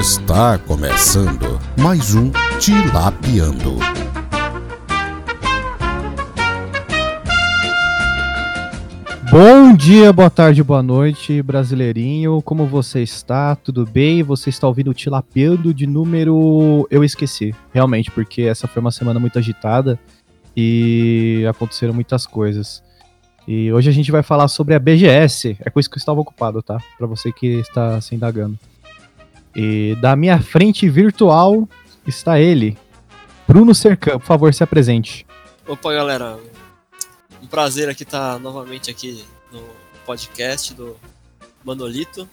Está começando mais um Tilapiando. Bom dia, boa tarde, boa noite, brasileirinho. Como você está? Tudo bem? Você está ouvindo o Tilapiando de número. Eu esqueci, realmente, porque essa foi uma semana muito agitada e aconteceram muitas coisas. E hoje a gente vai falar sobre a BGS. É com isso que eu estava ocupado, tá? Para você que está se indagando. E da minha frente virtual está ele, Bruno Cercan. Por favor, se apresente. Opa, galera. Um prazer aqui estar novamente aqui no podcast do Manolito.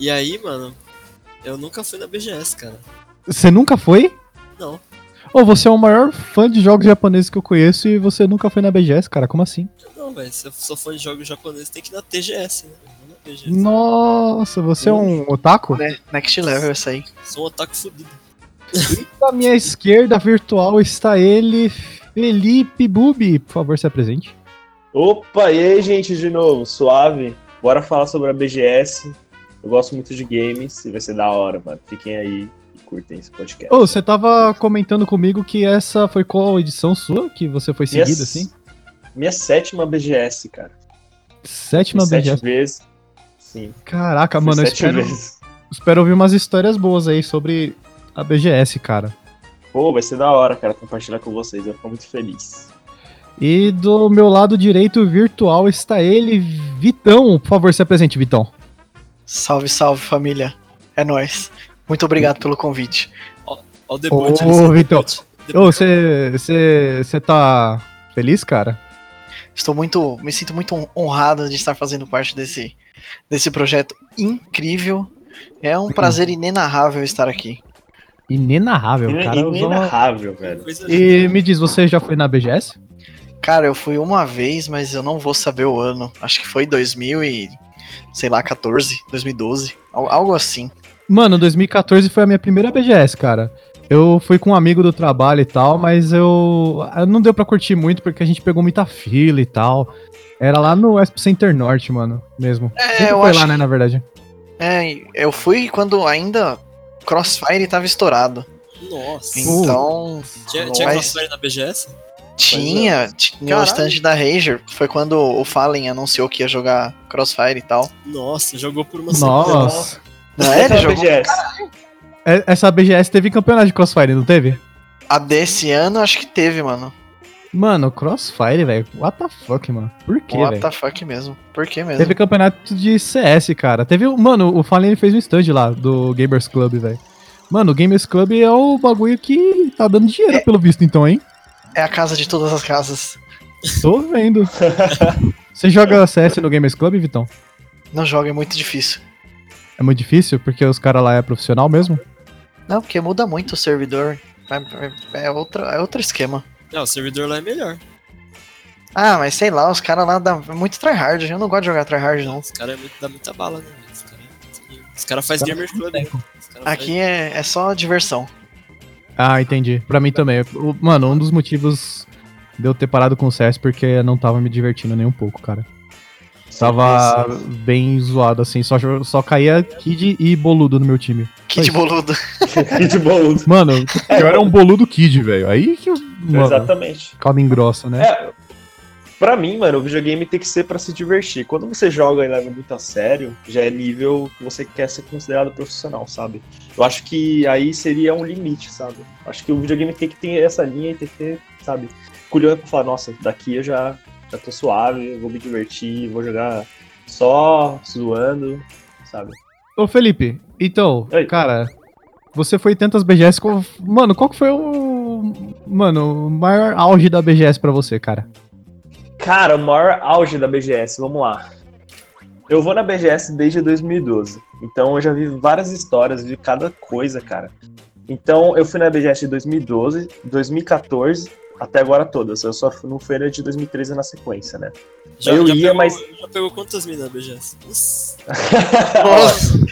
E aí, mano, eu nunca fui na BGS, cara. Você nunca foi? Não. Ô, você é o maior fã de jogos japoneses que eu conheço e você nunca foi na BGS, cara. Como assim? Não, velho, se eu sou fã de jogos japoneses, tem que ir na TGS, né? Não na BGS. Nossa, você é um otaku? Né? Next level isso aí. Sou um otaku fudido. Da minha esquerda virtual está ele, Felipe Bubi. Por favor, se apresente. Opa, e aí, gente, de novo, suave. Bora falar sobre a BGS. Eu gosto muito de games e vai ser da hora, mano. Fiquem aí e curtem esse podcast. Ô, você tava comentando comigo que essa foi qual edição sua? Que você foi Minha seguido, s- assim? Minha sétima BGS, cara. Sétima Fui BGS. Sete vezes. Sim. Caraca, fui mano, eu sete espero, vezes. espero ouvir umas histórias boas aí sobre a BGS, cara. Pô, vai ser da hora, cara, compartilhar com vocês. Eu fico muito feliz. E do meu lado direito virtual está ele, Vitão. Por favor, se apresente, Vitão. Salve, salve família. É nóis. Muito obrigado pelo convite. Ó o Ô, debut. esse é o Vitão. debut. Ô, você você tá feliz, cara? Estou muito, me sinto muito hon- honrado de estar fazendo parte desse desse projeto incrível. É um Uhum. prazer inenarrável estar aqui. Inenarrável, cara. um Ine- usou uma- Inenarrável, velho. Coisa E me diz, você já foi na BGS? Cara, eu fui uma vez, mas eu não vou saber o ano. Acho que foi 2000 e sei lá, 14, 2012, al- algo assim. Mano, 2014 foi a minha primeira BGS, cara. Eu fui com um amigo do trabalho e tal, mas eu, eu não deu pra curtir muito porque a gente pegou muita fila e tal. Era lá no Expo Center Norte, mano, mesmo. É, Sempre eu foi acho lá, que- né, na verdade. É, eu fui quando ainda Crossfire estava estourado. Nossa. Sim. Então, Tinha, tinha Mas- crossfire na BGS? Tinha, tinha o Caralho. stand da Ranger. Foi quando o Fallen anunciou que ia jogar Crossfire e tal. Nossa, jogou por uma Nossa. Não é? Ele Sétima jogou. BGS. É- Essa BGS teve campeonato de Crossfire, não teve? A desse ano acho que teve, mano. Mano, Crossfire, velho. What the fuck, mano? Por quê, What velho? the fuck mesmo. Por que mesmo? Teve campeonato de CS, cara. Teve, um- mano, o Fallen ele fez um stand lá do Gamers Club, velho. Mano, o Gamers Club é o bagulho que tá dando dinheiro, pelo visto, então, hein? É a casa de todas as casas. Tô vendo. Você joga CS no Gamers Club, Vitão? Não joga, é muito difícil. É muito difícil, porque os caras lá é profissional mesmo? Não, porque muda muito o servidor. É, é- é outra, é outro esquema. É, o servidor lá é melhor. Ah, mas sei lá, os caras lá dão é muito tryhard. Eu não gosto de jogar tryhard, não. Os caras é muito, dá muita bala, né? Os caras cara faz gamer club. né? Os cara faz- Aqui é, é só diversão. Ah, entendi. Pra mim também. O- Mano, um dos motivos de eu ter parado com o CS porque não tava me divertindo nem um pouco, cara. Tava bem zoado, assim. Só, só caía Kid e Boludo no meu time. Kid Pois. boludo. Kid Bold. Mano, eu era um Boludo Kid, velho. Aí que. eu- Mano, Exatamente. calma engrossa, né? É, pra mim, mano, o videogame tem que ser pra se divertir. Quando você joga e leva muito a sério, já é nível que você quer ser considerado profissional, sabe? Eu acho que aí seria um limite, sabe? Acho que o videogame tem que ter essa linha e tem que ter, sabe? Culhão pra falar, nossa, daqui eu já, já tô suave, eu vou me divertir, vou jogar só, zoando, sabe? Ô, Felipe, então, Oi. cara, você foi tantas BGS. qual- Mano, qual que foi o. Mano, o maior auge da BGS pra você, cara? Cara, o maior auge da BGS, vamos lá. Eu vou na BGS desde 2012, então eu já vi várias histórias de cada coisa, cara. Então eu fui na BGS de 2012, 2014, até agora todas. Eu só fui- não fui na de 2013 na sequência, né? eu ia, pegou, mas- Já pegou quantas minas na BGS? Nossa. Nossa.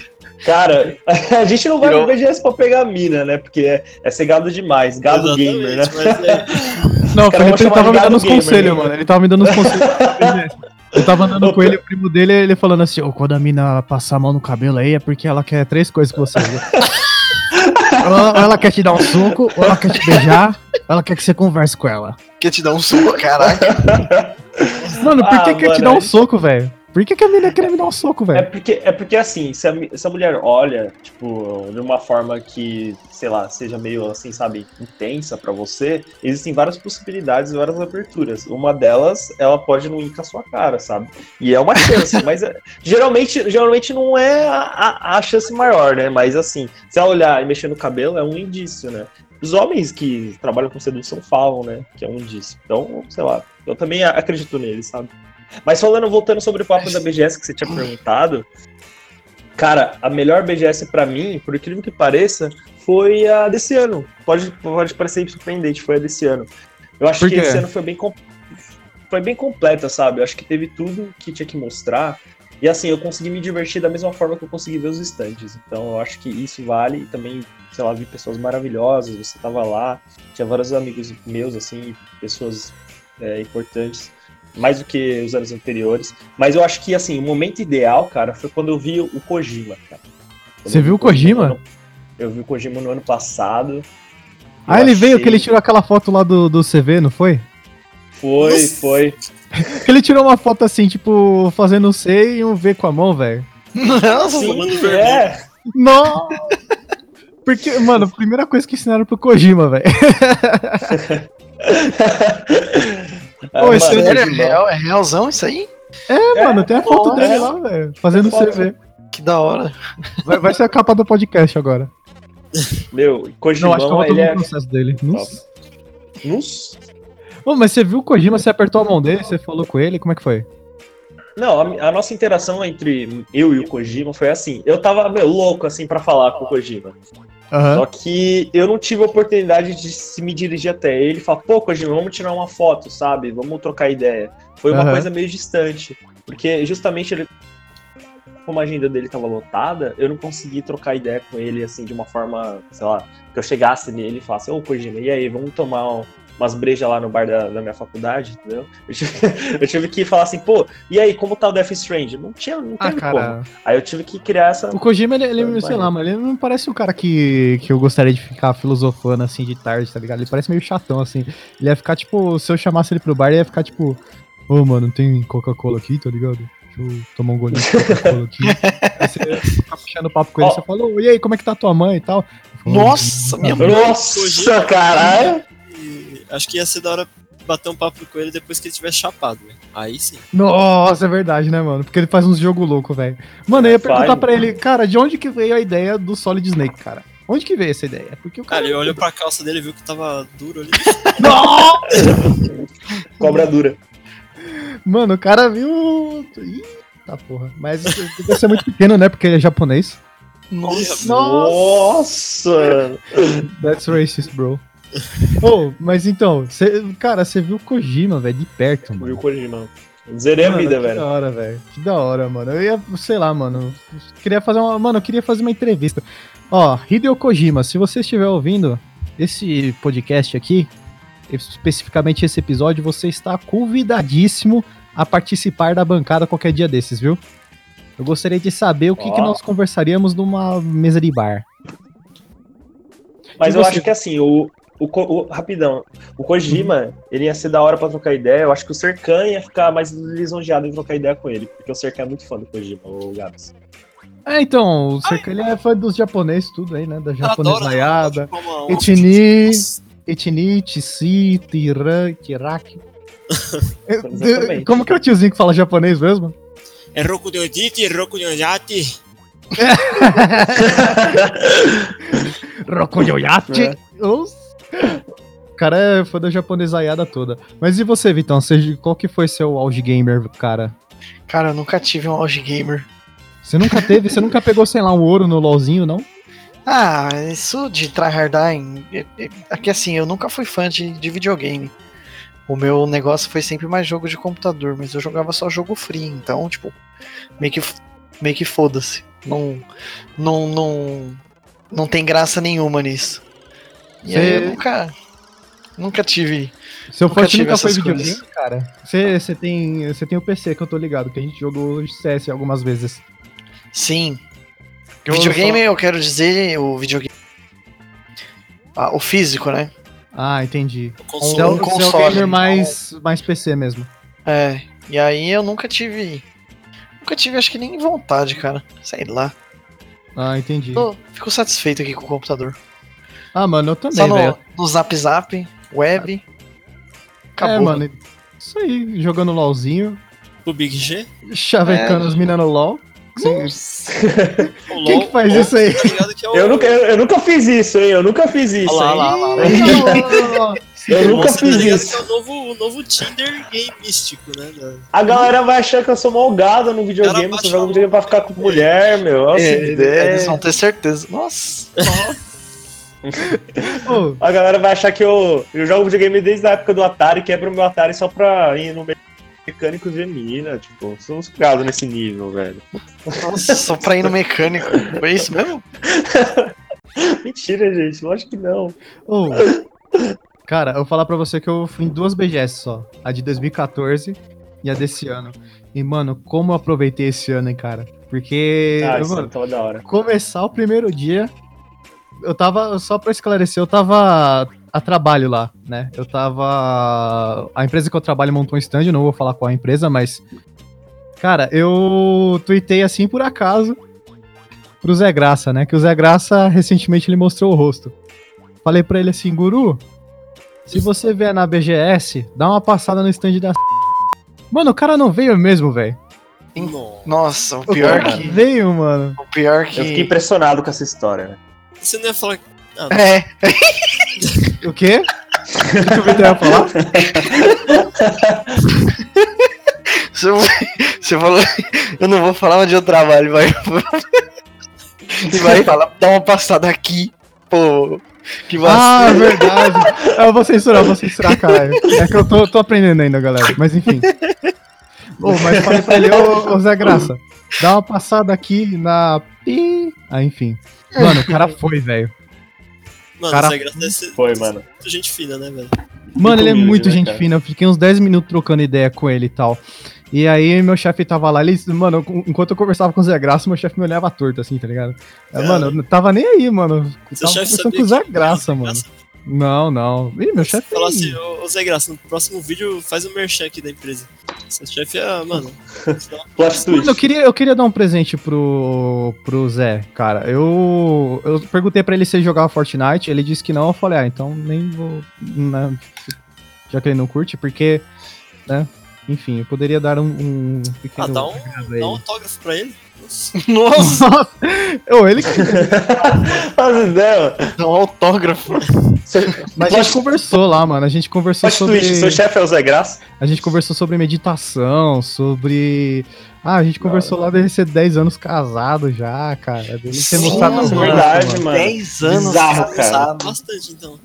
Cara, a gente não vai Virou. na BGS pra pegar mina, né? Porque é, é ser gado demais, gado Exatamente, gamer, né? mas é- Não, o Os caras vão Felipe ele chamar tava de me dando gado os gamer, conselhos, né? mano. Ele tava me dando os conselhos. Eu tava andando com ele, o primo dele, ele falando assim, ô, quando a mina passar a mão no cabelo aí, é porque ela quer três coisas que você vê. ou ou ela quer te dar um suco, ou ela quer te beijar, ou ela quer que você converse com ela. Quer te dar um soco, caralho. Mano, por que Ah, que eu te mano, dar um aí- soco, velho? Por que que a mina quer me dar um soco, É velho? porque, é porque assim, se a, mi- se a mulher olha, tipo, de uma forma que, sei lá, seja meio assim, sabe, intensa pra você, existem várias possibilidades, várias aberturas. Uma delas, ela pode não ir com a sua cara, sabe? E é uma chance, mas é- geralmente, geralmente não é a, a- a chance maior, né? Mas assim, se ela olhar e mexer no cabelo, é um indício, né? Os homens que trabalham com sedução falam, né? Que é um indício. Então, sei lá, eu também a- acredito neles, sabe? Mas falando, voltando sobre o papo da BGS que você tinha perguntado, cara, a melhor BGS pra mim, por incrível que pareça, foi a desse ano. Pode, pode parecer surpreendente, foi a desse ano. Eu acho Por que quê? esse ano foi bem, com- foi bem completa, sabe? Eu acho que teve tudo que tinha que mostrar. E assim, eu consegui me divertir da mesma forma que eu consegui ver os estantes. Então eu acho que isso vale e também, sei lá, vi pessoas maravilhosas, você tava lá, tinha vários amigos meus, assim, pessoas é, importantes mais do que os anos anteriores. Mas eu acho que, assim, o momento ideal, cara, foi quando eu vi o Kojima, cara. Quando Você eu vi viu o Kojima? no ano- Eu vi o Kojima no ano passado. Aí Eu Ah, ele veio achei- que ele tirou aquela foto lá do, do CV, não foi? Foi, foi. Que ele tirou uma foto assim, tipo, fazendo um C e um V com a mão, velho. Nossa, Tomando Sim, vergonha. é. Não! Porque, mano, a primeira coisa que ensinaram pro Kojima, velho. Ah, Ô, esse mano, sério? É, Kojima. real, é realzão isso aí? É, É, mano, tem a foto olha. dele lá, velho. Fazendo Foto. CV. Que da hora. Vai, vai ser a capa do podcast agora. Meu, Não, Kojima, acho que eu vou ele todo é... o processo dele. Nossa. Nos- Ô, mas você viu o Kojima, você apertou a mão dele, você falou com ele, como é que foi? Não, a, a nossa interação entre eu e o Kojima foi assim. Eu tava, meu, louco, assim, pra falar com o Kojima. Aham. Só que eu não tive a oportunidade de se me dirigir até ele e falar, pô, Kojima, vamos tirar uma foto, sabe? Vamos trocar ideia. Foi uma Aham. coisa meio distante. Porque justamente ele. Como a agenda dele tava lotada, eu não consegui trocar ideia com ele assim de uma forma, sei lá, que eu chegasse nele e falasse, ô Kojima, e aí, vamos tomar um- umas brejas lá no bar da, da minha faculdade, entendeu? Eu tive, eu tive que falar assim, pô, e aí, como tá o Death Strange? Não tinha, não Ah, teve como. cara. Aí eu tive que criar essa. O Kojima, ele, ele Vai. sei lá, mano, ele não parece um cara que, que eu gostaria de ficar filosofando assim de tarde, tá ligado? Ele parece meio chatão, assim. Ele ia ficar, tipo, se eu chamasse ele pro bar, ele ia ficar, tipo, ô, mano, tem Coca-Cola aqui, tá ligado? Deixa eu tomar um golinho de Coca-Cola aqui. Aí você ia ficar puxando papo com ele, Ó. você fala, ô, e aí, como é que tá tua mãe e tal? Ele falou, Nossa, minha mãe. Nossa, caralho! E acho que ia ser da hora bater um papo com ele depois que ele tiver chapado, né? Aí sim. Nossa, é verdade, né, mano? Porque ele faz uns jogo louco, velho. Mano, eu ia Faz. perguntar pra ele, cara, de onde que veio a ideia do Solid Snake, cara? Onde que veio essa ideia? Porque o Cara, cara. ele olhou pra calça dele e viu que tava duro ali. Cobra dura. Mano, o cara viu. Eita porra. Mas isso deve ser muito pequeno, né? Porque ele é japonês. Nossa. Nossa! That's racist, bro. Oh, mas então, cê- cara, você viu o Kojima, velho, de perto, Viu mano. o Kojima? Zerei a Mano, vida, que velho. da hora, velho. Que da hora, mano. Eu ia, sei lá, mano. eu Queria fazer uma. Mano, eu queria fazer uma entrevista. Ó, Hideo Kojima, se você estiver ouvindo esse podcast aqui, especificamente esse episódio, você está convidadíssimo a participar da bancada qualquer dia desses, viu? Eu gostaria de saber o que, Ó. que nós conversaríamos numa mesa de bar. Mas E eu você? acho que assim, o, o, Ko- o- Rapidão. O Kojima, ele ia ser da hora pra trocar ideia. Eu acho que o Serkan ia ficar mais lisonjeado em trocar ideia com ele. Porque o Serkan é muito fã do Kojima, o Gabs. É, então, o Cerca, ele é fã dos japoneses, tudo aí, né? Da Eu adoro, né? japonesaiada. Tipo, uma- uma- Etni, Nossa, Etni, Tsi, Tiran, Tiraki. Exatamente. Como que é o tiozinho que fala japonês mesmo? É Roku de Odite, Roku de Onjati. Rokoyoyachi. É. Os- O cara é fã da japonesaiada toda. Mas e você, Vitão? Você, qual que foi seu auge gamer, cara? Cara, eu nunca tive um auge gamer. Você nunca teve? você nunca pegou, sei lá, um ouro no LOLzinho, não? Ah, isso de tryhardar em... é- é- é que assim, eu nunca fui fã de, de videogame. O meu negócio foi sempre mais jogo de computador, mas eu jogava só jogo free, então, tipo, meio que, f- meio que foda-se. Não, não, não, não tem graça nenhuma nisso. E aí eu Cê- nunca... Nunca tive. Seu Nunca forte tive nunca foi essas videogame, coisas. cara. Você você tem, você tem o PC que eu tô ligado, que a gente jogou CS algumas vezes. Sim. Eu videogame, eu quero dizer o videogame. Ah, o físico, né? Ah, entendi. Você O console. é Então- o um você é o console, gamer então. mais, mais PC mesmo. É. E aí eu nunca tive. Nunca tive, acho que nem vontade, cara. Sei lá. Ah, entendi. Tô- fico satisfeito aqui com o computador. Ah, mano, eu também, Só velho. no, no Zap Zap, web. Acabou. É, mano. Isso aí, jogando LOLzinho, O Big G? chavecando É. as minas no LOL. Sim, O Quem LOL, que faz o LOL, isso aí? tá ligado que é o- Eu nunca, eu, eu nunca fiz isso, hein? Eu nunca fiz isso. lá, hein? lá, lá, lá. Eu nunca Você tá fiz ligado isso. que é o novo, o novo Tinder game místico, né? da- A galera vai achar que eu sou malgado no Cara, videogame, bate você joga a um videogame pra ficar com mulher, meu. Nossa, É, que eles ideia. vão ter certeza. Nossa. Ô, A galera vai achar que eu, eu jogo videogame desde a época do Atari, quebra o meu Atari só pra ir no mecânico de mina, tipo, sou uns casos nesse nível, velho. Nossa, só pra ir no mecânico. Foi isso mesmo? Mentira, gente, lógico que não. ô. Cara, eu vou falar pra você que eu fui em duas BGS só. A de 2014 e a desse ano. E, mano, como eu aproveitei esse ano, hein, cara? Porque, Ah, eu, isso mano, é tava da hora. começar o primeiro dia, eu tava, só pra esclarecer, eu tava a trabalho lá, né? Eu tava. A empresa que eu trabalho montou um stand, não vou falar qual é a empresa, mas. Cara, eu tuitei assim por acaso pro Zé Graça, né? Que o Zé Graça recentemente ele mostrou o rosto. Falei pra ele assim, guru, se você vier na BGS, dá uma passada no stand da. Mano, o cara não veio mesmo, velho. Sim. Não. Nossa, o O pior cara que. veio, mano. O pior Eu fiquei que. impressionado com essa história, né? Você não ia falar. Ah, não. É, O quê? O que que o Vitor ia falar? você, você falou. Eu não vou falar onde eu trabalho, vai. E vai falar, dá uma passada aqui. Pô, que Ah, vacilo. verdade. É, Eu vou censurar, eu vou censurar, cara. É que eu tô, tô aprendendo ainda, galera. Mas enfim. Ô, mas falei pra ele, ô, ô Zé Graça, dá uma passada aqui na. Pi. Ah, enfim. Mano, o cara foi, velho. Mano, é cara- você agradece Foi, mano. muito gente fina, né, velho? Mano, ele é humilde, muito né, gente cara? fina. Eu fiquei uns 10 minutos trocando ideia com ele e tal. E aí, meu chefe tava lá, ele, mano, enquanto eu conversava com o Zé Graça, meu chefe me olhava torto, assim, tá ligado? Cara. Mano, eu não tava nem aí, mano. Então, Eu Seu tava chefe conversando sabia com o Zé que- Graça, mano. Não, não. Ih, meu Você chefe. falou assim, ô ô Zé Graça, no próximo vídeo faz um merchan aqui da empresa. Seu chefe é, mano. Plot Mano, eu twist. queria, eu queria dar um presente pro, pro Zé, cara. Eu, eu perguntei pra ele se ele jogava Fortnite, ele disse que não, eu falei, ah, então nem vou. né, já que ele não curte, porque. Né, enfim, eu poderia dar um, um pequeno. Ah, dá um- agrado a Dá um ele. autógrafo pra ele. Nossa, Nossa, Ô, ele que- Faz ideia, mano. dá um autógrafo. Seu- Mas a gente Plot conversou lá, mano. A gente conversou plot sobre. twist, seu chefe é o Zé Graça? A gente conversou sobre meditação, sobre. Ah, a gente conversou lá dele ser 10 anos casado já, cara. Dele ter Sim, é mostrado as mano. mãos, é Verdade, mano. mano. 10 anos Bizarro, cara. casado. bastante então.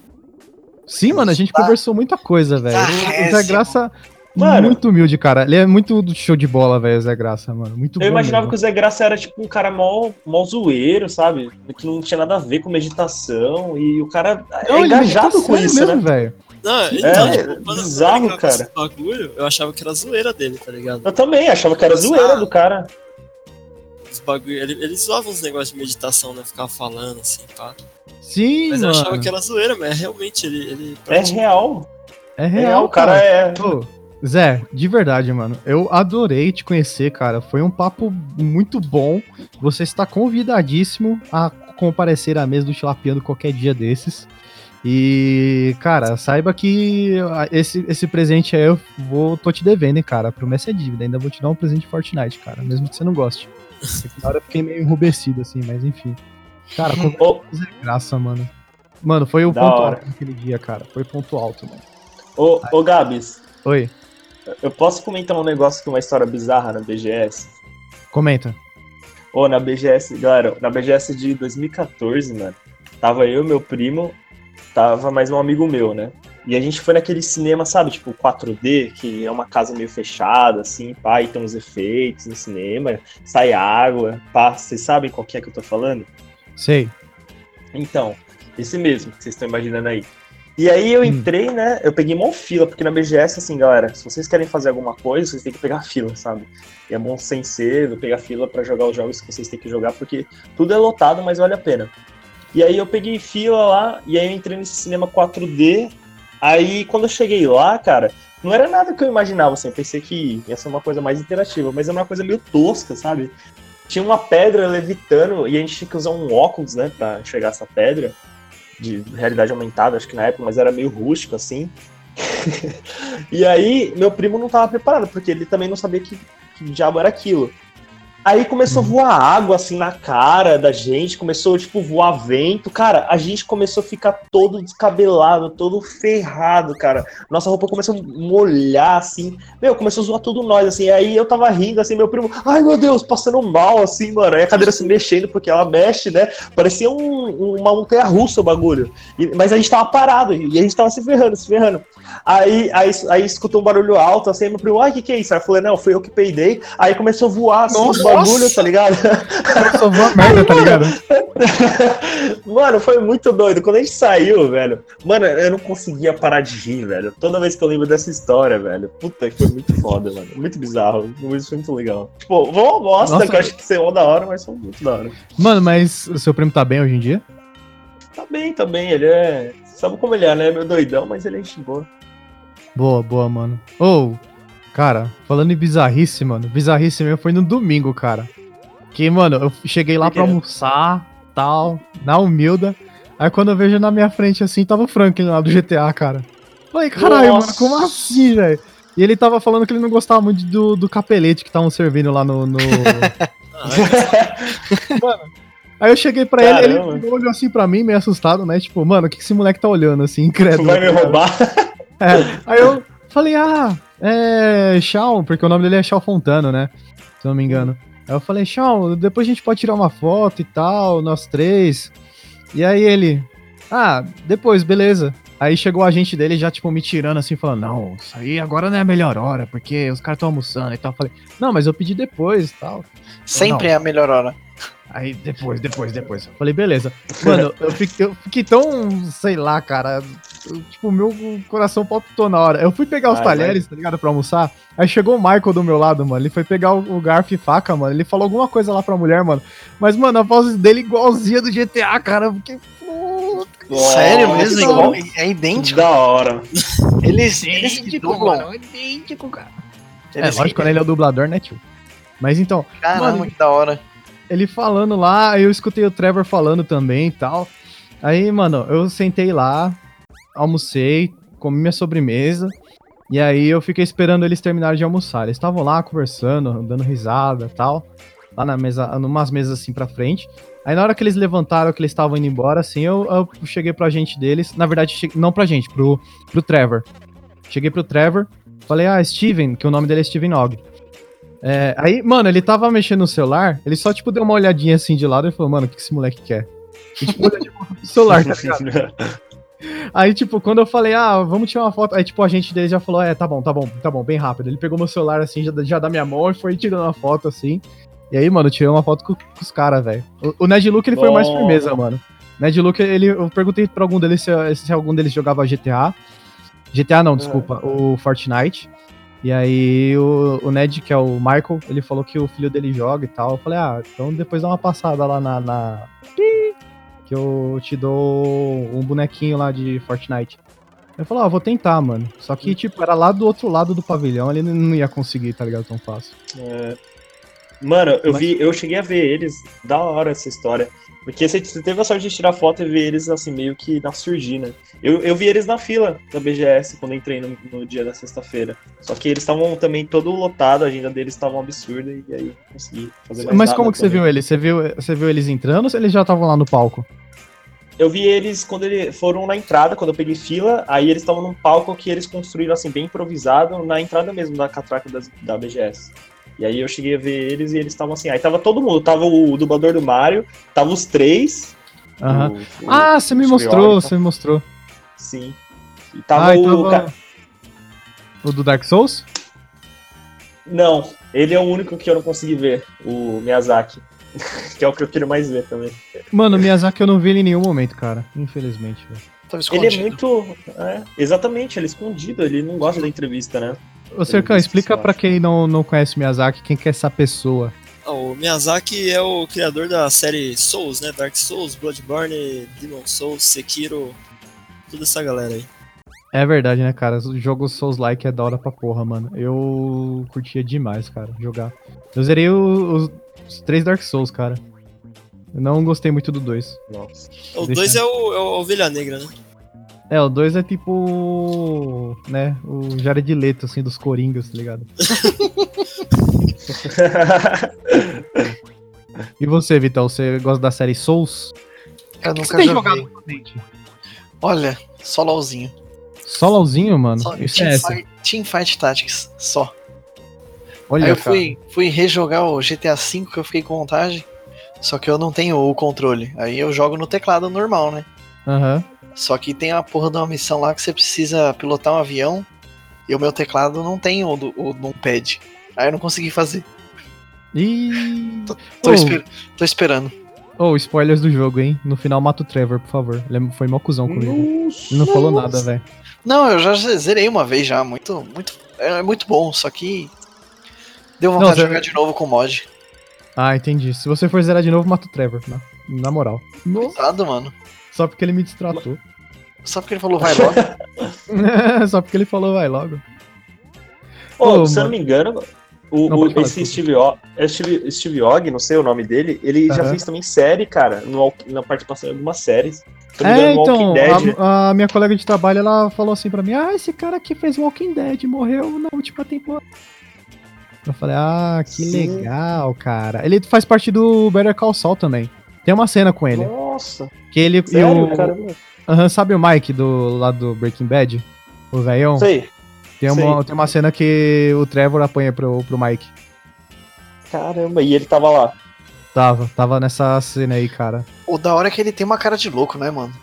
Sim, mano, a gente Tá. conversou muita coisa, velho. O Zé péssimo. Graça, é Mano. muito humilde, cara. Ele é muito do show de bola, velho, o Zé Graça, mano. Muito Eu imaginava que o Zé Graça era tipo um cara mó, mó zoeiro, sabe? Que não tinha nada a ver com meditação. E o cara é Não, ele engajado com isso, né? velho. Não, então, É, tipo, quando eu bizarro, brincava com cara. esse Bagulho, eu achava que era zoeira dele, tá ligado? Eu também achava que era zoeira Ah, do cara. Os bagulho, ele, ele zoava uns negócios de meditação, né? Ficava falando assim, pá. Sim, Mas eu mano. achava que era zoeira, mas é realmente ele. ele É pratica- real. É É real, real, o cara é. Ô, Zé, de verdade, mano. Eu adorei te conhecer, cara. Foi um papo muito bom. Você está convidadíssimo a comparecer à mesa do Tilapiano qualquer dia desses. E, cara, saiba que ah, esse, esse presente aí eu vou, tô te devendo, hein, cara. A promessa é dívida. Ainda vou te dar um presente de Fortnite, cara. Mesmo que você não goste. Na hora eu fiquei meio enrubescido, assim, mas enfim. Cara, com Ô, graça, mano. Mano, foi o Da ponto hora. alto daquele dia, cara. Foi ponto alto, mano. ô, ô Gabs, Oi, eu posso comentar um negócio que é uma história bizarra na BGS? comenta. Ô, na BGS, galera, na BGS de 2014, mano, tava eu, meu primo, tava mais um amigo meu, né? E a gente foi naquele cinema, sabe, tipo 4D, que é uma casa meio fechada, assim, pá, e tem uns efeitos no cinema, sai água, pá, vocês sabem qual que é que eu tô falando? Sei. Então, esse mesmo que vocês estão imaginando aí. E aí eu entrei, né? Eu peguei mó fila, porque na BGS, assim, galera, se vocês querem fazer alguma coisa, vocês têm que pegar fila, sabe? E é bom sem cedo, pegar fila pra jogar os jogos que vocês têm que jogar, porque tudo é lotado, mas vale a pena. E aí eu peguei fila lá, e aí eu entrei nesse cinema 4D. Aí quando eu cheguei lá, cara, não era nada que eu imaginava, assim. Eu pensei que ia ser uma coisa mais interativa, mas era uma coisa meio tosca, sabe? Tinha uma pedra levitando, e a gente tinha que usar um óculos, né, pra chegar essa pedra de realidade aumentada, acho que na época, mas era meio rústico assim. e aí, meu primo não tava preparado, porque ele também não sabia que, que diabo era aquilo. Aí começou a voar água assim na cara da gente, começou tipo voar vento. Cara, a gente começou a ficar todo descabelado, todo ferrado, cara. Nossa roupa começou a molhar assim. Meu, começou a zoar tudo nós assim. Aí eu tava rindo assim, meu primo, ai meu Deus, passando mal assim, mano. Aí a cadeira se mexendo porque ela mexe, né? Parecia um- uma montanha russa o bagulho. E- mas a gente tava parado e a gente tava se ferrando, se ferrando. Aí, aí, aí escutou um barulho alto, assim, meu primo, ai, o que, que é isso? Aí eu falei, não, foi eu que peidei. Aí começou a voar, assim, Nossa! o bagulho, tá ligado? Só vou a merda, tá ligado? mano, foi muito doido. Quando a gente saiu, velho, mano, eu não conseguia parar de rir, velho. Toda vez que eu lembro dessa história, velho, puta, que foi muito foda, mano. Muito bizarro, muito, foi muito legal. Tipo, vou uma bosta, Nossa. que eu acho que seria da hora, mas foi muito da hora. Mano, mas o seu primo tá bem hoje em dia? Tá bem, tá bem, ele é... Sabe como ele é, né? Meu doidão, mas ele é gente boa. Boa, boa, mano. Ou, cara, falando em bizarrice, mano, bizarrice mesmo foi no domingo, cara. Que, mano, eu cheguei lá Por quê? pra almoçar, tal, na humilda. Aí quando eu vejo na minha frente assim, tava o Franklin lá do GTA, cara. Falei, caralho, mano, Nossa. como assim, velho? E ele tava falando que ele não gostava muito do, do capelete que estavam servindo lá no. no- Aí eu cheguei pra ele, Caramba. ele olhou assim pra mim, meio assustado, né? Tipo, mano, o que que esse moleque tá olhando assim, incrédulo? Vai me roubar. É, aí eu falei, ah, é. Shawn, porque o nome dele é Shawn Fontano, né? Se eu não me engano. Aí eu falei, Shawn, depois a gente pode tirar uma foto e tal, nós três. E aí ele, ah, depois, beleza. Aí chegou a gente dele já, tipo, me tirando assim, falando, não, isso aí agora não é a melhor hora, porque os caras estão almoçando e tal. Eu falei, não, mas eu pedi depois e tal. Sempre é a melhor hora. Aí depois, depois, depois. Eu Falei, beleza. Mano, eu fiquei, eu fiquei tão, sei lá, cara. eu- Tipo, meu coração palpitou na hora. Eu fui pegar os Vai, talheres, tá ligado? Pra almoçar. Aí chegou o Michael do meu lado, mano. Ele foi pegar o, o garfo e faca, mano. Ele falou alguma coisa lá pra mulher, mano. Mas, mano, a voz dele igualzinha do GTA, cara. Eu fiquei. puta, Sério Nossa, mesmo? que Igual, da- é idêntico. é Da hora. Eles, eles se dublam. Idêntico, cara. É, Eles se- lógico, quando ele é o dublador, né, tio? Mas então, Caramba, Mano, que da hora. ele falando lá, aí eu escutei o Trevor falando também e tal. Aí, mano, eu sentei lá, almocei, comi minha sobremesa. E aí eu fiquei esperando eles terminarem de almoçar. Eles estavam lá conversando, dando risada e tal. Lá na mesa, numas mesas assim pra frente. Aí na hora que eles levantaram, que eles estavam indo embora, assim, eu, eu cheguei pra gente deles. Na verdade, che- não pra gente, pro, pro Trevor. Cheguei pro Trevor, falei, ah, Steven, que o nome dele é Steven Og. É, aí, mano, ele tava mexendo no celular, ele só, tipo, deu uma olhadinha assim de lado e falou, mano, o que que esse moleque quer? E, tipo, olhou de volta pro celular, tá ligado? Aí, tipo, quando eu falei, ah, vamos tirar uma foto, aí, tipo, a gente dele já falou, é, tá bom, tá bom, tá bom, bem rápido. Ele pegou meu celular, assim, já, já da minha mão e foi tirando uma foto, assim. E aí, mano, eu tirei uma foto com, com os caras, velho. O, o Ned Luke, ele foi mais Bom. firmeza, mano. Ned Luke, ele, eu perguntei pra algum deles se, se algum deles jogava GTA. GTA não, desculpa, o Fortnite. E aí, o, o Ned, que é o Michael, ele falou que o filho dele joga e tal. Eu falei, ah, então depois dá uma passada lá na- na, que eu te dou um bonequinho lá de Fortnite. Eu falei, ó, vou tentar, mano. Só que, tipo, era lá do outro lado do pavilhão, ele não ia conseguir, tá ligado? Tão fácil. Mano, eu Mas- vi, eu cheguei a ver eles, da hora essa história. Porque você, você teve a sorte de tirar foto e ver eles assim, meio que na surgina. Eu, eu vi eles na fila da BGS quando eu entrei no, no dia da sexta-feira. Só que eles estavam também todo lotado, a agenda deles estava um absurda e aí não consegui fazer mais Mas nada como que você também. viu eles? Você viu, você viu eles entrando ou eles já estavam lá no palco? Eu vi eles quando eles foram na entrada, quando eu peguei fila, aí eles estavam num palco que eles construíram assim, bem improvisado, na entrada mesmo da catraca das- da, BGS. E aí eu cheguei a ver eles e eles estavam assim, aí tava todo mundo, tava o dublador do Mario, tava os três. Aham. o- então. o- Ah, você me o mostrou, Shriola, você me mostrou. Sim. E tava ah, e o. tava- ca- O do Dark Souls? Não, ele é o único que eu não consegui ver, o Miyazaki. que é o que eu quero mais ver também. Mano, o Miyazaki eu não vi ele em nenhum momento, cara. Infelizmente, velho. Tava Ele escondido. é muito. é, exatamente, ele é escondido, ele não gosta da entrevista, né? Ô, Cercão, visto explica isso, eu pra acho. quem não, não conhece Miyazaki quem que é essa pessoa. Ah, o Miyazaki é o criador da série Souls, né? Dark Souls, Bloodborne, Demon Souls, Sekiro, toda essa galera aí. É verdade, né, cara? O jogo Souls-like é da hora pra porra, mano. Eu curtia demais, cara, jogar. Eu zerei o- os, os três Dark Souls, cara. Eu não gostei muito do dois. Nossa. O Deixa. 2 é, o- é o Ovelha Negra, né? É, o dois é tipo. né? O Jared Leto, assim, dos Coringas, tá ligado? E você, Vitão, você gosta da série Souls? Eu O que nunca você tem joguei. jogado ultimamente? Olha, só LOLzinho. Só LOLzinho, mano? Só Isso é Team, essa. Fight, Team Fight Tactics, só. Olha, Aí eu cara. fui, fui rejogar o GTA V que eu fiquei com vontade, só que eu não tenho o controle. Aí eu jogo no teclado normal, né? Aham. Só que tem uma porra de uma missão lá que você precisa pilotar um avião e o meu teclado não tem o, do- o numpad. Aí eu não consegui fazer. Ih. Tô, Ô, esper- tô esperando. Ô, spoilers do jogo, hein? No final mata o Trevor, por favor. Ele é- foi mó cuzão comigo. Nossa. Ele não falou nada, velho. Não, eu já zerei uma vez já, muito, muito. É muito bom, só que. Deu vontade Não, de você- jogar de novo com mod. Ah, entendi. Se você for zerar de novo, mata o Trevor, na, na moral. Coitado, mano. Só porque ele me distratou. Só porque ele falou vai logo. Só porque ele falou, vai logo. Ô, Ô, se eu não mano. me engano, o, Não, o- pode falar, esse desculpa. Steve, o, é Steve, Steve Og, não sei o nome dele, ele já Aham. fez também série, cara, no, Walk- na participação em algumas séries. Se eu não me É, engano, então, Tá Walking Dead. a, a minha colega de trabalho, ela falou assim pra mim, ah, esse cara que fez Walking Dead morreu na última temporada. Eu falei, ah, que Sim. legal, cara. Ele faz parte do Better Call Saul também. Tem uma cena com ele. Nossa, Que ele e sério, o- cara? Aham, sabe o Mike do lá do Breaking Bad? O velhão? Sei, Tem sei. uma, tem uma cena que o Trevor apanha pro, pro Mike. caramba, e ele tava lá. Tava, tava nessa cena aí, cara. O da hora é que ele tem uma cara de louco, né, mano?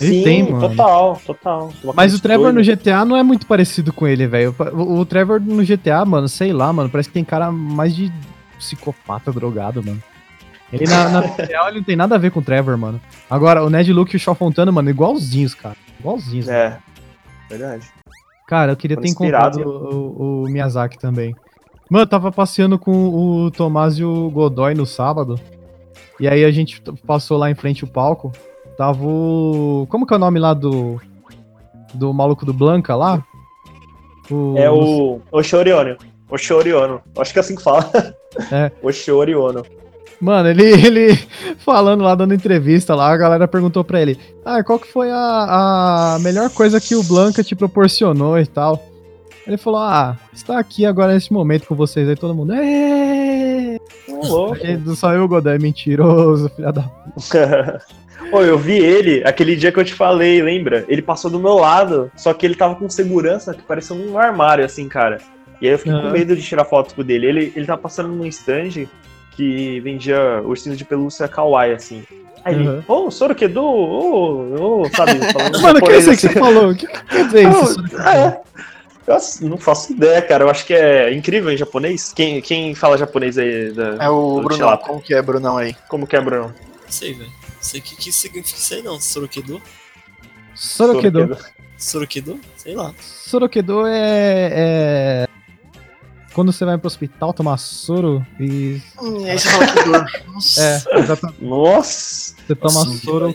Ele tem, mano. Total, total. Uma Mas coisa o Trevor no doida. GTA não é muito parecido com ele, velho. O, o Trevor no GTA, mano, sei lá, mano, parece que tem cara mais de psicopata drogado, mano. Ele na, na vida real ele não tem nada a ver com o Trevor, mano. Agora, o Ned Luke e o Shaw Fontana, mano, igualzinhos, cara. Igualzinhos. mano. É, verdade. Cara, eu queria ter Foram inspirados, encontrado o, o- o Miyazaki também. Mano, eu tava passeando com o Tomás e o Godoy no sábado. E aí a gente t- passou lá em frente o palco. Tava o. Como que é o nome lá do. Do maluco do Blanca lá? O- É o Oxoriono. Oxoriono. Acho que é assim que fala. É. Oxoriono. Mano, ele, ele falando lá, dando entrevista lá, a galera perguntou pra ele: Ah, qual que foi a, a melhor coisa que o Blanca te proporcionou e tal? Ele falou: Ah, está aqui agora nesse momento com vocês aí, todo mundo. É! "Êêê!" Ô, louco. Aí Só eu, Godoy, mentiroso, filha da. Ô, eu vi ele aquele dia que eu te falei, lembra? Ele passou do meu lado, só que ele tava com segurança que parecia um armário, assim, cara. E aí eu fiquei com Aham. medo de tirar foto com dele. Ele, ele tava passando num stand que vendia ursinhos de pelúcia kawaii, assim. Aí ele, Aham. ô, Sorokedo, ô, ô, sabe? Falando Mano, o que é japonês, isso aí que assim. você falou? O que que quer dizer isso? Ah, é. Eu ass- não faço ideia, cara. Eu acho que é incrível em japonês. Quem, quem fala japonês aí? da- É o Do Brunão. Tilápia. Como que é, Brunão aí? Como que é, Bruno? Não sei, velho. Não sei o que, que significa isso aí, não. Sorokedo? Sorokedo. Sorokedo? Sei lá. Sorokedo é, é. Quando você vai pro hospital tomar soro e. Hum, aí você fala que dor. Nossa. É, exatamente. Nossa! Você toma Nossa, que soro.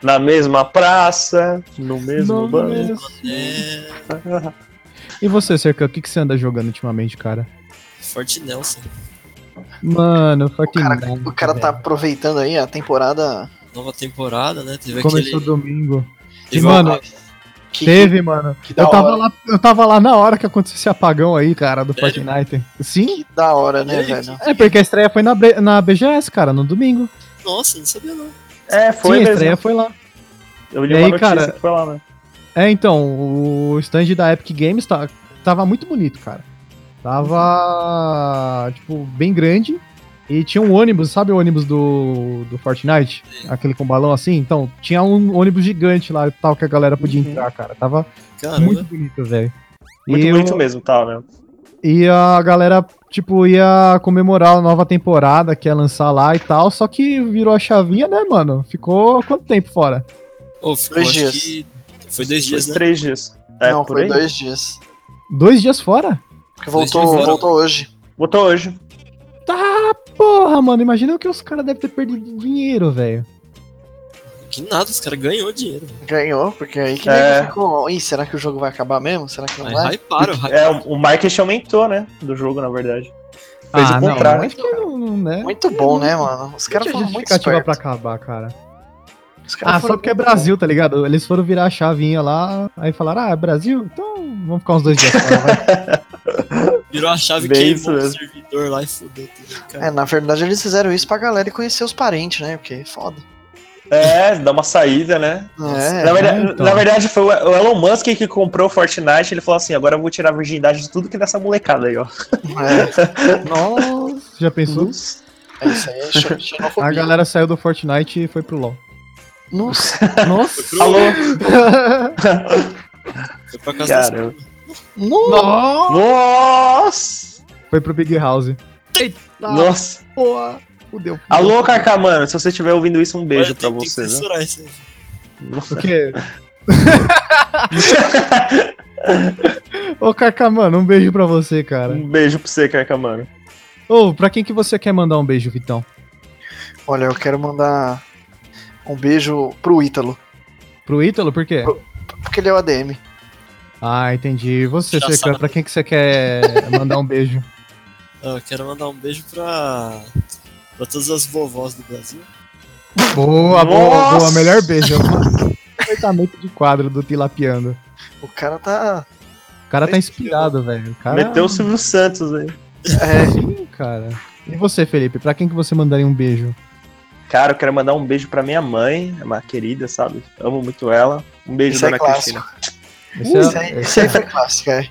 Na mesma praça, no mesmo Não, banco. É. E você, Cercão, o que, que você anda jogando ultimamente, cara? Forte Nelson. Mano, O cara, Fortnite. o cara tá aproveitando aí a temporada Nova temporada, né? Teve velho. Começou aquele. domingo. teve e, mano, um- que, Teve, mano. que, que da Eu tava, hora. lá, eu tava lá na hora que aconteceu esse apagão aí, cara, do Sério? Fortnite. Sim? Que da hora, né, Ele- velho? É, porque a estreia foi na, Bre- na BGS, cara, no domingo. Nossa, não sabia não. É, Sim, a foi mesmo. estreia foi lá. Eu li E uma aí, notícia cara? que foi lá, né? É, então, o stand da Epic Games tá, tava muito bonito, cara. Tava, tipo, bem grande. E tinha um ônibus, sabe o ônibus do, do Fortnite? Aquele com balão assim? Então, tinha um ônibus gigante lá e tal que a galera podia Uhum. entrar, cara. Tava Caramba. muito bonito, velho. Muito e, bonito o- mesmo, tá, né? e a galera, tipo, ia comemorar a nova temporada que ia lançar lá e tal. Só que virou a chavinha, né, mano? Ficou quanto tempo fora? Ô, ficou, Dois acho dias. que Foi dois Foi dias, né? três dias. É, não, por foi aí. dois dias. Dois dias fora? Porque Dois voltou, dias fora. voltou hoje. Botou hoje. Porra, mano, imagina o que os caras devem ter perdido de dinheiro, velho. Que nada, os caras ganhou dinheiro. velho. Ganhou, porque aí que É. nego ficou. Ih, será que o jogo vai acabar mesmo? Será que não vai? Aí hyparam, É, hyparam. o o marketing aumentou, né? Do jogo, na verdade. Fez o Ah, não, contrário. acho que não, não, é. né? Muito bom, né, mano? Os caras Tinha foram muito justificativa espertos. pra acabar, cara. Os caras Ah, foram só porque é muito Brasil, tá ligado? Eles foram virar a chavinha lá, aí falaram, ah, é Brasil? Então vamos ficar uns dois dias fora, vai. Virou a chave, Bem isso queimou o mesmo. servidor lá e fudeu tudo, cara. É, na verdade eles fizeram isso pra galera e conhecer os parentes, né? Porque é foda. É, dá uma saída, né? É, na, verdade, então. na verdade, foi o Elon Musk que comprou o Fortnite. Ele falou assim: agora eu vou tirar a virgindade de tudo que é dessa molecada aí, ó. é, Nossa, um já pensou? é isso aí, é xen- xenofobia. A galera saiu do Fortnite e foi pro LoL. Nossa, Nossa! Pro- Alô? Foi pra casa das- É. Cara. nossa. Nossa! Nossa! Foi pro Big House. Nossa! Tá. Porra! Fudeu. Alô, Carcamano, se você estiver ouvindo isso, um beijo Olha, pra tem- tem que você, viu? censurar isso aí. O quê? Ô, Cacá, mano, um beijo pra você, cara. Um beijo pra você, Carcamano. Ô, pra quem que você quer mandar um beijo, Vitão? Olha, eu quero mandar um beijo pro Ítalo, Pro Ítalo, por quê? porque ele é o ADM. Ah, entendi. E Você, Já você sabe. pra quem que você quer mandar um beijo? Ah, Eu quero mandar um beijo pra. pra todas as vovós do Brasil. Boa, boa, Nossa! boa. Melhor beijo. Aproveitamento de quadro do Tilapiando. O cara tá. O cara tá inspirado, velho. O cara... Meteu o Silvio Santos aí. É, Sim, cara. E você, Felipe? Pra quem que você mandaria um beijo? Cara, eu quero mandar um beijo pra minha mãe, é uma querida, sabe? Amo muito ela. Um beijo, Isso é dona clássico. Cristina. Esse isso aí, é- isso aí foi clássico, é.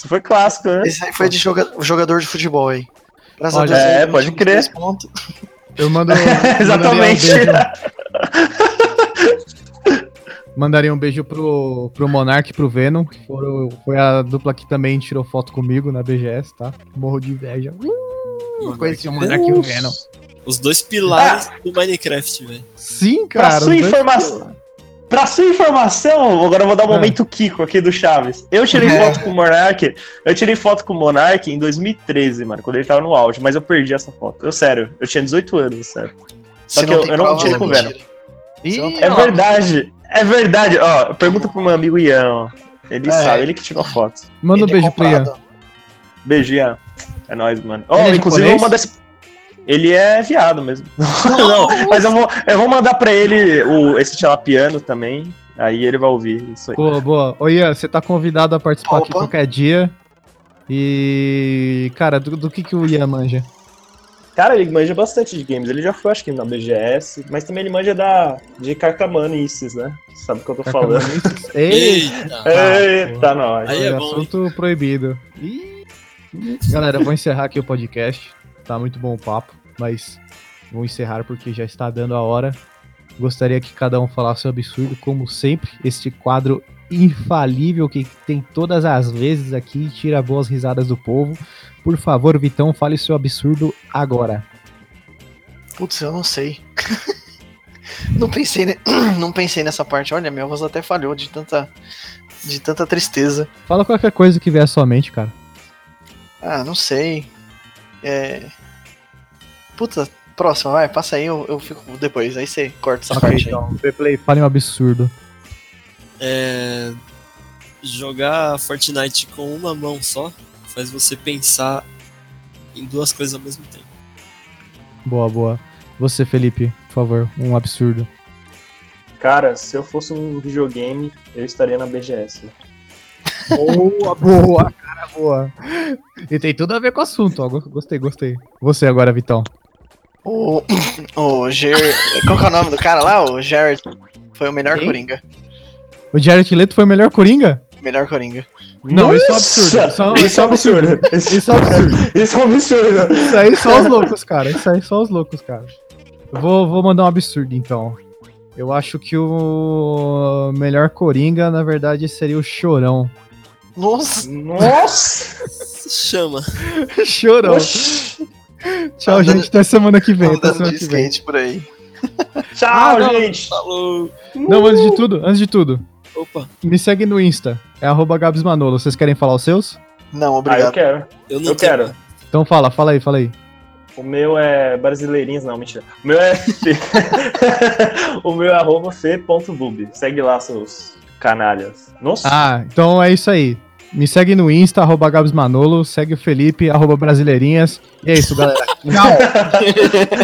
Isso foi clássico, né? Esse aí foi de joga- jogador de futebol aí. Graças Olha, é, ele pode tinha crer. três pontos. Eu um mando. Exatamente. Mandaria um beijo, mandaria um beijo pro, pro Monark e pro Venom, que foram, foi a dupla que também tirou foto comigo na BGS, tá? Morro de inveja. Uh, conheci o Monark e o Venom. Os dois pilares Ah! do Minecraft, velho. Sim, Pra cara. sua os dois- informação. Pra sua informação, agora eu vou dar um Ah. momento Kiko aqui do Chaves. Eu tirei É. foto com o Monark. Eu tirei foto com o Monark em 2013, mano, quando ele tava no auge, mas eu perdi essa foto. Eu, sério, eu tinha 18 anos, sério. Só Se que eu, tem eu não provas, tirei é com o mentira. Venom. Ih, Você não tem É verdade, é verdade. Ó, pergunta pro meu amigo Ian, ó. Ele É. sabe, ele que tirou a foto. manda um Ele é beijo pro Ian. comprado. Beijo, Ian. É nóis, mano. Ó, Ele é inclusive, eu japonês? vou mandar esse. Ele é viado mesmo. não, mas eu vou, eu vou mandar pra ele o, esse tilapiano também. Aí ele vai ouvir isso aí. Boa, boa. Ô Ian, você tá convidado a participar aqui Opa. qualquer dia. E, cara, do, do que, que o Ian manja? Cara, ele manja bastante de games. Ele já foi, acho que, na BGS. Mas também ele manja da, de carcamanices, né? Sabe o que eu tô falando? Carcamanenses? Ei, Eita! Eita, nós. Aí é bom, assunto proibido. Ih. Galera, vou encerrar aqui o podcast. Tá muito bom o papo, mas vou encerrar porque já está dando a hora. Gostaria que cada um falasse o absurdo, como sempre. Este quadro infalível que tem todas as vezes aqui e tira boas risadas do povo. Por favor, Vitão, fale seu absurdo agora. Putz, eu não sei. não, pensei ne- não pensei nessa parte. Olha, minha voz até falhou de tanta, de tanta tristeza. Fala qualquer coisa que vier à sua mente, cara. Ah, não sei. É. Puta, próxima, vai, passa aí, eu, eu fico depois. Aí você corta essa parte aí. Fale um absurdo. É, jogar Fortnite com uma mão só faz você pensar em duas coisas ao mesmo tempo. Boa, boa. Você, Felipe, por favor, um absurdo. Cara, se eu fosse um videogame, eu estaria na BGS. Boa, boa, cara, boa. E tem tudo a ver com o assunto, ó. Go- Gostei, gostei. Você agora, Vitão. O, o Ger... Qual que é o nome do cara lá? O Jared. Foi o melhor Quem? Coringa. O Jared Leto foi o melhor Coringa? Melhor Coringa. Não, isso é um absurdo, isso é um- Nossa! Isso é um absurdo. Isso é um absurdo. Isso é um absurdo. Isso aí só os loucos, cara. Isso aí só os loucos, cara. Eu Vou, vou mandar um absurdo, então. Eu acho que o melhor Coringa, na verdade, seria o Chorão. Nossa! Nossa! Chama. Chorão. Oxi. Tchau, gente. Até semana que vem. Até Andando semana de que vem. skate por um aí. Tchau, Ah, não. gente! Falou. Não, antes de tudo, antes de tudo, Opa, me segue no Insta, é arroba Gabs Manolo. Vocês querem falar os seus? Não, Ah, eu obrigado. quero. eu não Eu tenho- quero. Então fala, fala aí, fala aí. O meu é brasileirinhos, não, mentira. O meu é fe... O meu é arroba fe.bub. Segue lá, seus canalhas. Nossa, Ah, então é isso aí. Me segue no Insta, arroba Gabs Manolo, segue o Felipe, arroba Brasileirinhas. E é isso, galera. Tchau!